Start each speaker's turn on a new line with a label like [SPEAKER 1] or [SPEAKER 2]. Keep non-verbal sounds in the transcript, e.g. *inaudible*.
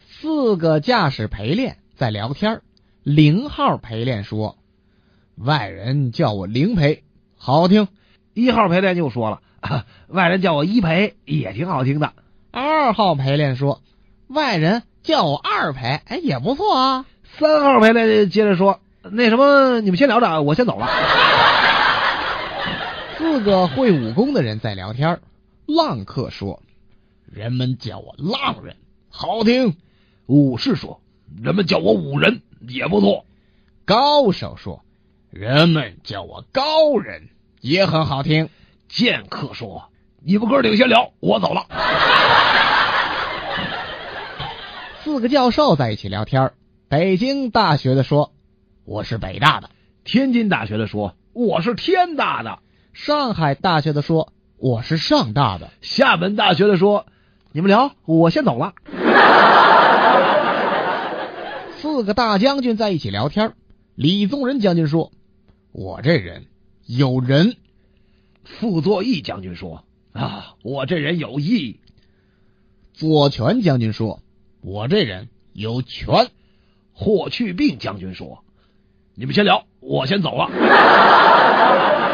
[SPEAKER 1] 四个驾驶陪练在聊天儿零号陪练说：“外人叫我零陪，好听；
[SPEAKER 2] 一号陪练就说了、啊外人叫我一陪也挺好听的，
[SPEAKER 1] 二号陪练说，外人叫我二陪，哎，也不错啊。
[SPEAKER 2] 三号陪练接着说，那 *laughs* 什么，呃你们先聊着，啊我先走了。
[SPEAKER 1] 四个会武功的人在聊天儿浪客说：“人们叫我浪人，好听。
[SPEAKER 2] 武士说，人们叫我武人也不错。”
[SPEAKER 1] 高手说：“人们叫我高人，也很好听。
[SPEAKER 2] 剑客说，你们哥领先聊，我走了。”
[SPEAKER 1] 四个教授在一起聊天儿北京大学的说：“我是北大的。
[SPEAKER 2] 天津大学的说，我是天大的。”
[SPEAKER 1] 上海大学的说：“我是上大的。
[SPEAKER 2] 厦门大学的说，你们聊，我先走了。”
[SPEAKER 1] 四个大将军在一起聊天儿李宗仁将军说：“我这人有人。
[SPEAKER 2] 傅作义将军说：“啊，我这人有义。”
[SPEAKER 1] 左权将军说：“我这人有权。”
[SPEAKER 2] 霍去病将军说：“你们先聊，我先走了。”